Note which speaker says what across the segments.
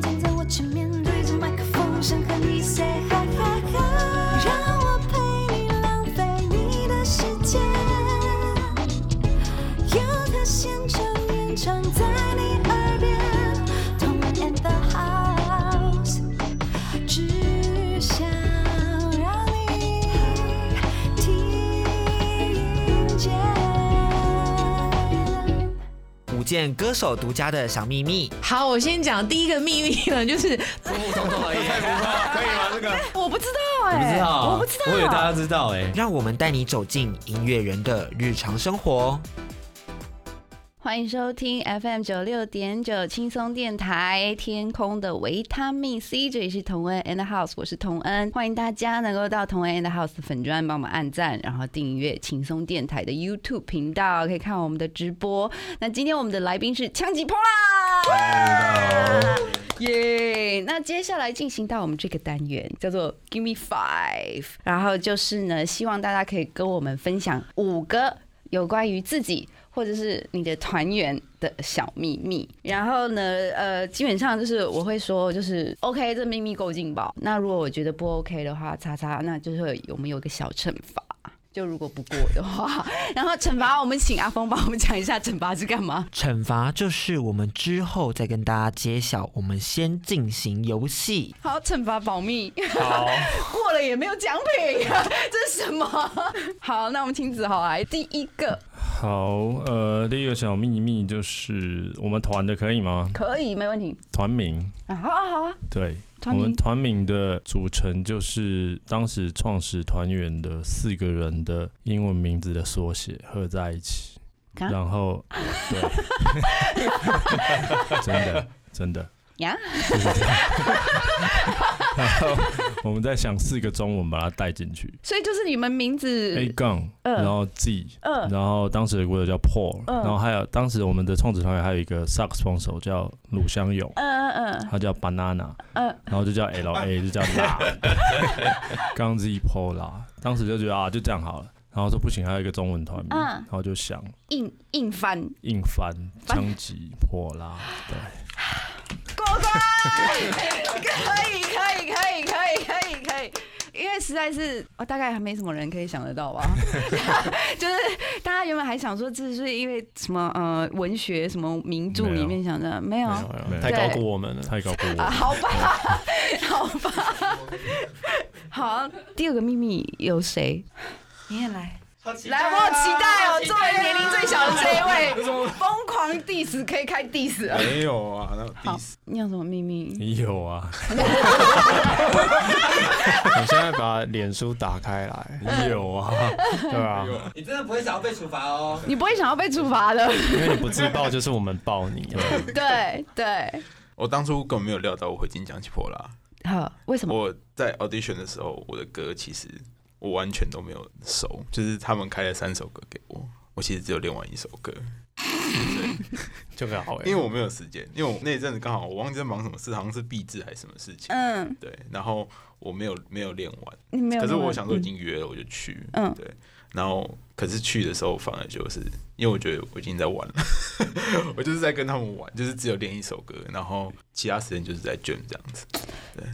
Speaker 1: 站在我前面，对着麦克风，想和你 say hi hi hi，让我陪你浪费你的时间。有个现场演唱在你耳边，同我 and the house，只想让你听见。
Speaker 2: 五件歌手独家的小秘密，
Speaker 3: 好，我先讲第一个秘密了，就是
Speaker 4: 普普通通而已，
Speaker 5: 可以吗？这个
Speaker 3: 我不知道
Speaker 4: 我
Speaker 3: 哎、
Speaker 4: 不知道啊，
Speaker 3: 我不知道，
Speaker 4: 我以为大家知道哎。
Speaker 2: 让我们带你走进音乐人的日常生活。
Speaker 6: 欢迎收听 FM 九六点九轻松电台《天空的维他命 C》，这里是童恩 and house，我是童恩，欢迎大家能够到童恩 and house 的粉专帮忙按赞，然后订阅轻松电台的 YouTube 频道，可以看我们的直播。那今天我们的来宾是枪吉波啦，耶！那接下来进行到我们这个单元叫做 Give Me Five，然后就是呢，希望大家可以跟我们分享五个有关于自己或者是你的团员的小秘密。然后呢，呃，基本上就是我会说，就是 OK，这秘密够劲爆。那如果我觉得不 OK 的话，叉叉，那就是会我们有一个小惩罚。就如果不过的话，然后惩罚我们请阿峰帮我们讲一下惩罚是干嘛？
Speaker 2: 惩罚就是我们之后再跟大家揭晓，我们先进行游戏。
Speaker 6: 好，惩罚保密，
Speaker 5: 好，
Speaker 6: 过了也没有奖品， 这是什么？好，那我们请子豪来第一个，
Speaker 5: 好，呃，第一个小秘密就是我们团的可以吗？
Speaker 6: 可以没问题。
Speaker 5: 团名，
Speaker 6: 啊好啊好啊，
Speaker 5: 对，我
Speaker 6: 团名
Speaker 5: 们团名的组成就是当时创始团员的四个人的英文名字的缩写合在一起，
Speaker 6: 啊
Speaker 5: 然后，对， 真的真的
Speaker 6: 呀，
Speaker 5: 就是这样。 然后我们在想四个中文把它带进去
Speaker 6: 所以就是你们名字
Speaker 5: ，A 杠，
Speaker 6: 嗯
Speaker 5: 然后 Z，
Speaker 6: 嗯
Speaker 5: 然后当时的歌手叫 Paul，、
Speaker 6: 嗯
Speaker 5: 然后还有当时我们的创始团员还有一个萨克斯风手叫鲁湘勇，
Speaker 6: 嗯嗯
Speaker 5: 他叫 Banana，
Speaker 6: 嗯
Speaker 5: 然后就叫 L A，就叫 辣，刚 Z Paul 啦，当时就觉得啊就这样好了，然后说不行，还有一个中文团名，
Speaker 6: 嗯
Speaker 5: 然后就想
Speaker 6: 硬硬翻，
Speaker 5: 硬翻枪击破啦，对，
Speaker 6: 过关，可以可以可以可以可以可以。因为实在是，哦，大概还没什么人可以想得到吧。 就是大家原本还想说，这是因为什么呃文学什么名著里面想的，没有
Speaker 4: 没有没有
Speaker 5: 没有
Speaker 4: 太高估我们了。
Speaker 5: 太高估我
Speaker 6: 啊，
Speaker 5: 了。
Speaker 6: 好吧， 好吧，好。第二个秘密有谁？你也来。
Speaker 7: 啊
Speaker 6: 来，我好期待哦！作为年龄最小的这一 位，疯狂 diss 可以开 diss 了。
Speaker 4: 没有啊，那第四
Speaker 6: 你有什么秘密？
Speaker 5: 你 有啊，
Speaker 4: 我现在把脸书打开来，
Speaker 5: 你有啊，
Speaker 4: 对吧？
Speaker 2: 你真的不会想要被处罚哦。
Speaker 6: 你不会想要被处罚的。
Speaker 4: 因为你不自爆，就是我们爆你。 啊
Speaker 6: 对对，
Speaker 7: 我当初根本没有料到我会进江西坡啦。
Speaker 6: 好，为什么？
Speaker 7: 我在 audition 的时候，我的歌其实我完全都没有熟，就是他们开了三首歌给我，我其实只有练完一首歌，
Speaker 4: 就很好哎、
Speaker 7: 因为我没有时间，因为我那一阵子刚好我忘记在忙什么事，好像是毕制还是什么事情，
Speaker 6: 嗯，
Speaker 7: 对，然后我没有没有练完，
Speaker 6: 你没有
Speaker 7: 可
Speaker 6: 那么。
Speaker 7: 是我想说已经约了，我就去，
Speaker 6: 嗯
Speaker 7: 对，然后可是去的时候反而就是因为我觉得我已经在玩了， 我就是在跟他们玩，就是只有练一首歌，然后其他时间就是在卷这样子。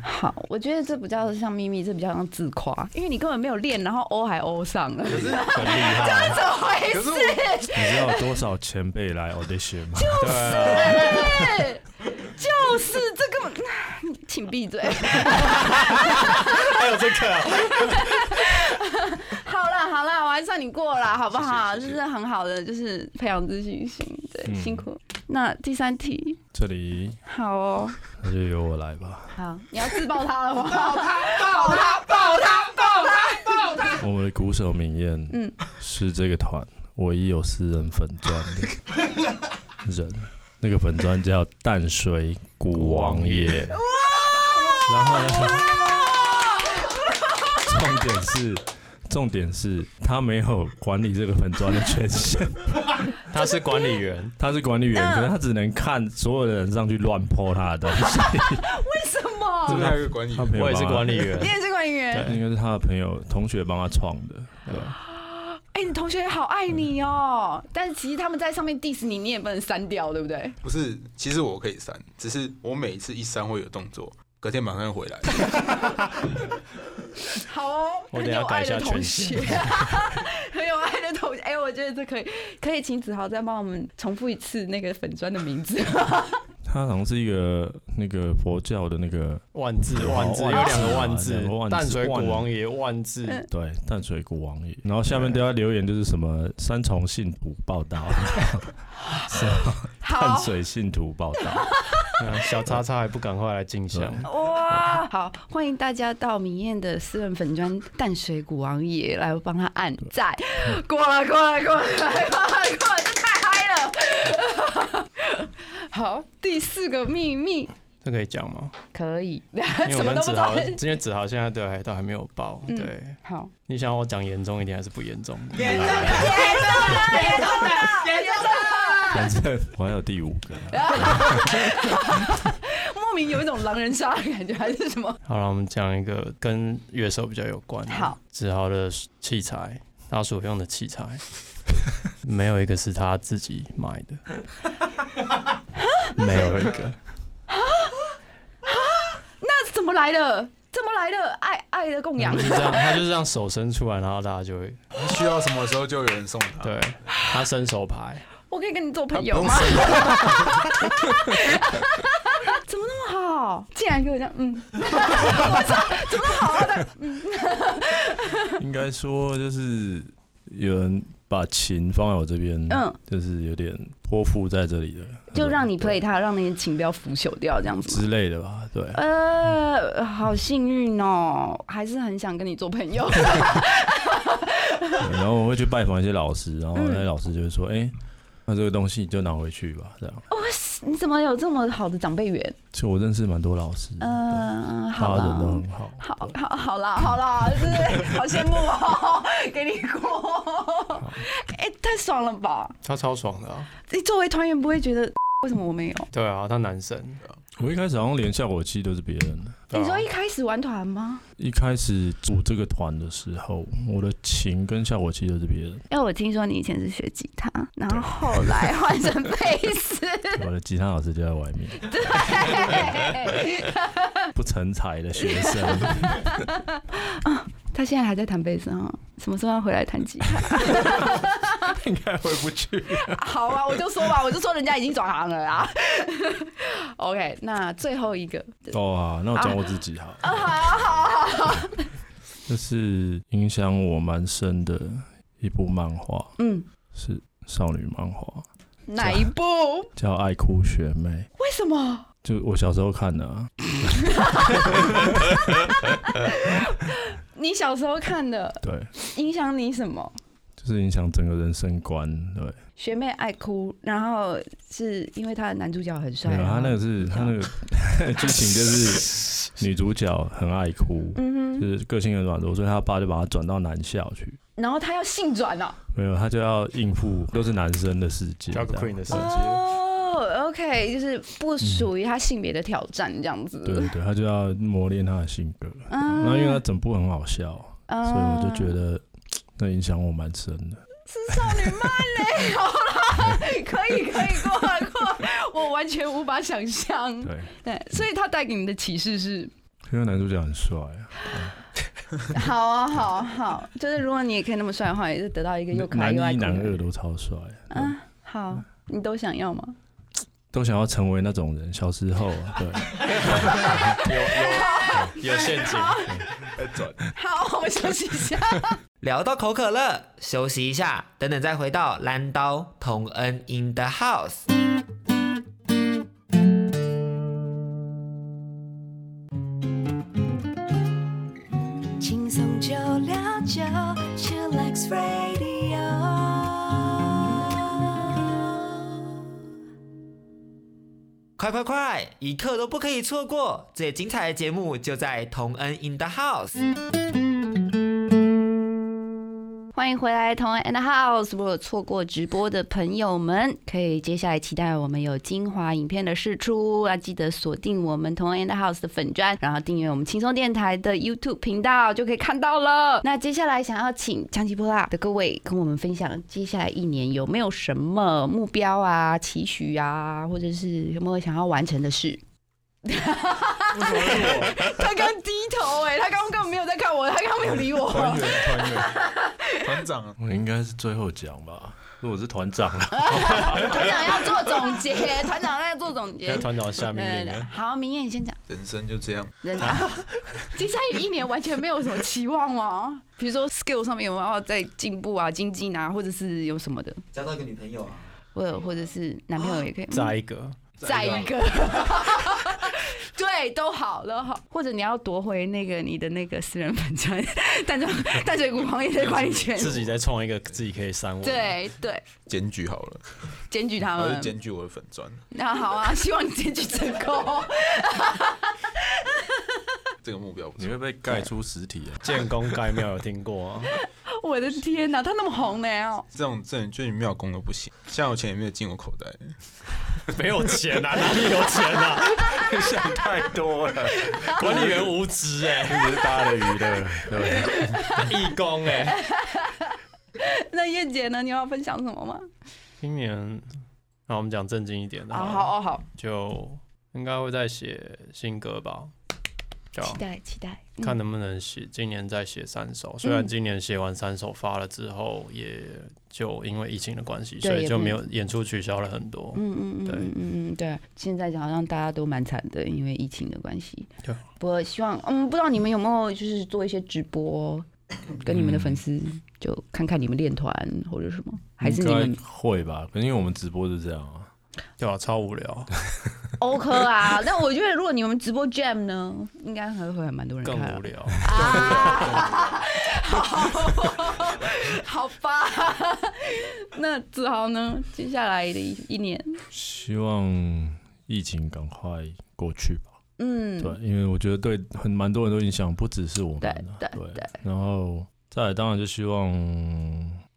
Speaker 6: 好，我觉得这不叫像秘密，这比较像自夸，因为你根本没有练，然后欧还欧上了，
Speaker 7: 可是
Speaker 4: 很厉害，
Speaker 6: 怎么回
Speaker 7: 可是
Speaker 6: 事？
Speaker 7: 我
Speaker 5: 你知道有多少前辈来 audition 吗？
Speaker 4: 对啊，
Speaker 6: 就是这根本，请闭嘴。
Speaker 4: 还有这个啊、
Speaker 6: 好啦好啦，我还算你过啦，好不好？
Speaker 7: 谢谢谢谢
Speaker 6: 就是很好的，就是培养自信心，对，
Speaker 5: 嗯
Speaker 6: 辛苦。那第三题，
Speaker 5: 这里
Speaker 6: 好哦，
Speaker 5: 那就由我来吧。
Speaker 6: 好，你要自爆他了吗？
Speaker 5: 我们的鼓手明艳，
Speaker 6: 嗯
Speaker 5: 是这个团唯一有私人粉砖的人， 那个粉砖叫淡水鼓王爷。然后呢，重点是重点是他没有管理这个粉砖的权限，
Speaker 4: 他是管理员，
Speaker 5: 他是管理员，
Speaker 3: 嗯
Speaker 5: 可是他只能看所有的人上去乱泼他的东西。
Speaker 3: 为什么？
Speaker 7: 这哦边还有个管理
Speaker 5: 他，没有
Speaker 4: 我也是
Speaker 5: 帮他
Speaker 4: 管理，员
Speaker 3: 你，也是管理员？
Speaker 5: 应该是他的朋友同学帮他创的，对吧？
Speaker 3: 哎，你同学好爱你哦，但是其实他们在上面 diss 你，你也不能删掉，对不对？
Speaker 7: 不是，其实我可以删，只是我每一次一删会有动作，隔天马上就回来。
Speaker 3: 好哦，
Speaker 4: 我
Speaker 3: 很
Speaker 4: 等下
Speaker 3: 有
Speaker 4: 改
Speaker 3: 爱
Speaker 4: 一下
Speaker 3: 的同
Speaker 4: 权
Speaker 3: 学
Speaker 4: 限，
Speaker 3: 很有爱的同学。哎，我觉得这可以，可以请子豪再帮我们重复一次那个粉砖的名 字。
Speaker 5: 他好像是一个那个佛教的那个
Speaker 4: 万字万字有
Speaker 5: 万字
Speaker 4: 两个
Speaker 5: 啊
Speaker 4: 万嗯字
Speaker 5: 两个，万字
Speaker 4: 淡水
Speaker 5: 万
Speaker 4: 古王爷万字，
Speaker 5: 对淡水古王爷，然后下面都要留言就是什么三重信徒报道，什么 淡
Speaker 3: 好
Speaker 5: 水信徒报 道，
Speaker 4: 啊小叉叉还不赶快来进香？
Speaker 3: 哇，
Speaker 6: 好，欢迎大家到明艳的私人粉砖淡水古王爷来帮他按赞，
Speaker 3: 过来过来过来过来过来，这太嗨了。 好，第四个秘密
Speaker 4: 这可以讲吗？
Speaker 6: 可以。
Speaker 4: 因为我
Speaker 3: 什么都
Speaker 4: 跟
Speaker 3: 不
Speaker 4: 子
Speaker 3: 知道
Speaker 4: 豪，因为子豪现在对还都还没有报。
Speaker 3: 嗯
Speaker 4: 对，
Speaker 6: 好，
Speaker 4: 你想我讲严重一点还是不严重？
Speaker 5: 反正我还有第五个，
Speaker 3: 莫名有一种狼人杀的感觉，还是什么？
Speaker 4: 好了，我们讲一个跟乐手比较有关的。
Speaker 3: 好，
Speaker 4: 子豪的器材，他所用的器材， 没有一个是他自己买的， 没有一个。
Speaker 3: 那是怎么来的？怎么来的？爱爱的供养
Speaker 6: 嗯
Speaker 4: 他就。是 这样，他就是这样手伸出来，然后大家就会
Speaker 7: 需要什么时候就有人送 他。
Speaker 4: 对他伸手牌，
Speaker 3: 我可以跟你做朋友吗？ 怎么那么好？竟然给我这样，嗯，
Speaker 5: 应该说就是有人把琴放在我这边，
Speaker 6: 嗯
Speaker 5: 就是有点泼妇在这里的，
Speaker 6: 就让你 play 它，让你的情不要腐朽掉，这样子吗。
Speaker 5: 之类的吧，对。
Speaker 6: 呃，好幸运哦，还是很想跟你做朋友。
Speaker 5: 对然后我会去拜访一些老师，然后
Speaker 6: 嗯
Speaker 5: 那些老师就会说：“哎、那这个东西你就拿回去吧。”这样，
Speaker 6: 你怎么有这么好的长辈缘？
Speaker 5: 其实我认识蛮多老师，嗯，
Speaker 6: 嗯、好
Speaker 5: 大家人都
Speaker 6: 啦
Speaker 5: 很，好。
Speaker 6: 好
Speaker 5: 对
Speaker 6: 好好啦，好啦，真的好羡慕哦， 给你过。哎、太爽了吧！
Speaker 4: 他超爽的、啊。
Speaker 6: 你作为团员不会觉得为什么我没有？
Speaker 4: 对啊，他男神。
Speaker 5: 我一开始好像连效果器都是别人的。
Speaker 4: 对啊
Speaker 6: 你说一开始玩团吗？
Speaker 5: 一开始组这个团的时候，我的琴跟效果器都是别人，
Speaker 6: 因为哎我听说你以前是学吉他，然后后来换成贝斯。
Speaker 5: 我的吉他老师就在外面，不成才的学生。
Speaker 6: 他现在还在弹贝斯哈，什么时候要回来弹吉他？
Speaker 5: 应该回不去。
Speaker 3: 好啊，我就说吧，我就说人家已经转行了啦。OK，那最后一个，
Speaker 5: 哦啊，那我讲我自己好了，
Speaker 3: 啊，好好好好，
Speaker 5: 就是影响我蛮深的一部漫画，
Speaker 6: 嗯，
Speaker 5: 是少女漫画，
Speaker 3: 哪一部？
Speaker 5: 叫《爱哭学妹》。
Speaker 3: 为什么？
Speaker 5: 就我小时候看的、啊，
Speaker 3: 你小时候看的
Speaker 5: 对，
Speaker 3: 影响你什么？
Speaker 5: 就是影响整个人生观，对。
Speaker 6: 学妹爱哭，然后是因为她的男主角很帅。
Speaker 3: 啊
Speaker 5: 没有，他
Speaker 6: 然后
Speaker 5: 那个是他那个剧情就是女主角很爱哭，
Speaker 3: 嗯哼，
Speaker 5: 就是个性很软弱，所以他爸就把她转到男校去。
Speaker 3: 然后他要性转哦了、
Speaker 5: 没有，他就要应
Speaker 6: 嗯
Speaker 5: 付都是男生的世界。
Speaker 4: Drag
Speaker 5: 这样
Speaker 4: Queen 的世界，
Speaker 3: 哦、o k 就是不属于他性别的挑战这样子。
Speaker 5: 对对对，他就要磨练他的性格。
Speaker 6: 啊
Speaker 5: 然后因为他整部很好笑，
Speaker 3: 嗯
Speaker 5: 所以我就觉得那影响我蛮深的。
Speaker 3: 是少女漫 嘞，好啦，可以可以过来过来，我完全无法想象。
Speaker 6: 嗯
Speaker 5: 对，
Speaker 3: 对，所以他带给你的启示 是，
Speaker 5: 因为男主角很帅啊，
Speaker 6: 好啊，好啊好，就是如果你也可以那么帅的话，也是得到一个又可爱
Speaker 5: 男
Speaker 6: 又爱
Speaker 5: 一
Speaker 6: 哭的
Speaker 5: 男
Speaker 6: 人
Speaker 5: 二都超帅，对
Speaker 6: 啊，好，你都想要吗？
Speaker 5: 都想要成为那种人。小时候啊， 对。
Speaker 4: 有陷阱。
Speaker 3: 好，我们休息一下。
Speaker 2: 聊到口渴了，休息一下，等等再回到蓝刀同恩 in the house。
Speaker 1: 轻松就聊就 c h i l x Radio。
Speaker 2: 快快快，一刻都不可以错过！最精彩的节目就在同恩 in the house。
Speaker 6: 欢迎回来，同恩 and house。如果有错过直播的朋友们，可以接下来期待我们有精华影片的释出，要记得锁定我们同恩 and house 的粉砖，然后订阅我们轻松电台的 YouTube 频道，就可以看到了。那接下来想要请强吉波拉的各位跟我们分享，接下来一年有没有什么目标啊、期许啊，或者是有没有想要完成的事？
Speaker 3: 他刚低头哎、
Speaker 6: 欸
Speaker 3: 他刚刚根本没有在看我，他刚刚没有理我。
Speaker 7: 团员团员团长，
Speaker 5: 我应该是最后讲吧，如果是团 长了，
Speaker 6: 团长要做总结，团长在做总结
Speaker 4: 在。团长下面
Speaker 6: 对，好，明艳你先讲。
Speaker 7: 人生就这样。
Speaker 6: 人啊，
Speaker 3: 接下来一年完全没有什么期望吗？比如说 skill 上面有没有在进步啊、精进啊，或者是有什么的，
Speaker 2: 交到一个女朋友啊，
Speaker 6: 或者或者是男朋友也可以。
Speaker 4: 再一个，
Speaker 3: 再一个，对，都好了好。或者你要夺回那个你的那个私人粉砖，但就淡水股行业的管理权。
Speaker 4: 自己再创一个自己可以删文。，
Speaker 3: 对对，
Speaker 7: 检举好了，
Speaker 3: 检举他
Speaker 6: 嗯
Speaker 7: 我就
Speaker 3: 们。
Speaker 7: 检举我的粉砖，
Speaker 3: 那好啊，希望你检举成功。
Speaker 7: 这个目标不
Speaker 5: 你
Speaker 7: 错。
Speaker 5: 会被盖出实体啊！
Speaker 4: 建功盖庙有听过啊？
Speaker 3: 我的天哪，他那么红呢？
Speaker 7: 这种这种就是妙功都不行，像我钱也没有进我口袋，
Speaker 4: 没有钱 啊，哪里有钱啊？
Speaker 5: 想太多了，
Speaker 4: 管理员无职哎，
Speaker 5: 你是大了鱼的，对不对？
Speaker 4: 义工哎。
Speaker 3: 那叶姐呢？你有要分享什么吗？
Speaker 4: 今年，那我们讲正经一点的，
Speaker 3: 啊，好，哦，好，
Speaker 4: 就应该会再写新歌吧，就
Speaker 6: 期待期待，嗯
Speaker 4: 看能不能写，今年再写三首。虽然今年写完三首发了之后，也就因为疫情的关系，
Speaker 6: 对
Speaker 4: 所以就
Speaker 6: 也不
Speaker 4: 没有演出取消了很多。
Speaker 6: 嗯嗯嗯
Speaker 4: 对
Speaker 6: 嗯嗯嗯，对，现在好像大家都蛮惨的，因为疫情的关系。
Speaker 4: 对，
Speaker 6: 不过希望，嗯，不知道你们有没有就是做一些直播，跟你们的粉丝就看看你们练团或者什
Speaker 4: 嗯
Speaker 6: 么，还是你
Speaker 5: 应
Speaker 6: 们
Speaker 5: 该会吧？可是因为我们直播就这样啊，
Speaker 4: 对啊，超无聊，
Speaker 6: OK 啊？ 但我觉得如果你们直播 Jam 呢，应该还会有蛮多 人
Speaker 4: 更
Speaker 6: 看啊。
Speaker 4: 无聊。
Speaker 3: 好吧。那子豪呢？接下来的一一年，
Speaker 5: 希望疫情赶快过去吧。
Speaker 6: 嗯，
Speaker 5: 对，因为我觉得对很蛮多人都影响，不只是我们
Speaker 6: 对
Speaker 5: 啊，
Speaker 6: 对
Speaker 5: 对
Speaker 6: 对，
Speaker 5: 然后再来，当然就希望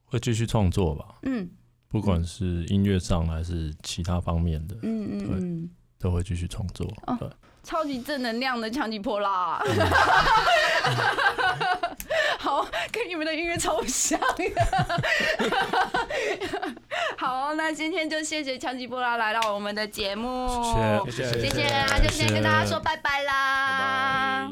Speaker 5: 会继续创作吧，
Speaker 6: 嗯
Speaker 5: 不管是音乐上还是其他方面的，
Speaker 6: 嗯嗯
Speaker 5: 对
Speaker 6: 嗯。
Speaker 5: 都会继续创作。
Speaker 6: 哦
Speaker 5: 对，
Speaker 3: 超级正能量的强吉波拉。 好，跟你们的音乐超 像的。好，那今天就谢谢强吉波拉来到我们的节目，
Speaker 6: 哦
Speaker 5: 谢
Speaker 4: 谢
Speaker 6: 谢
Speaker 4: 谢
Speaker 6: 谢，那就先跟大家说拜拜啦。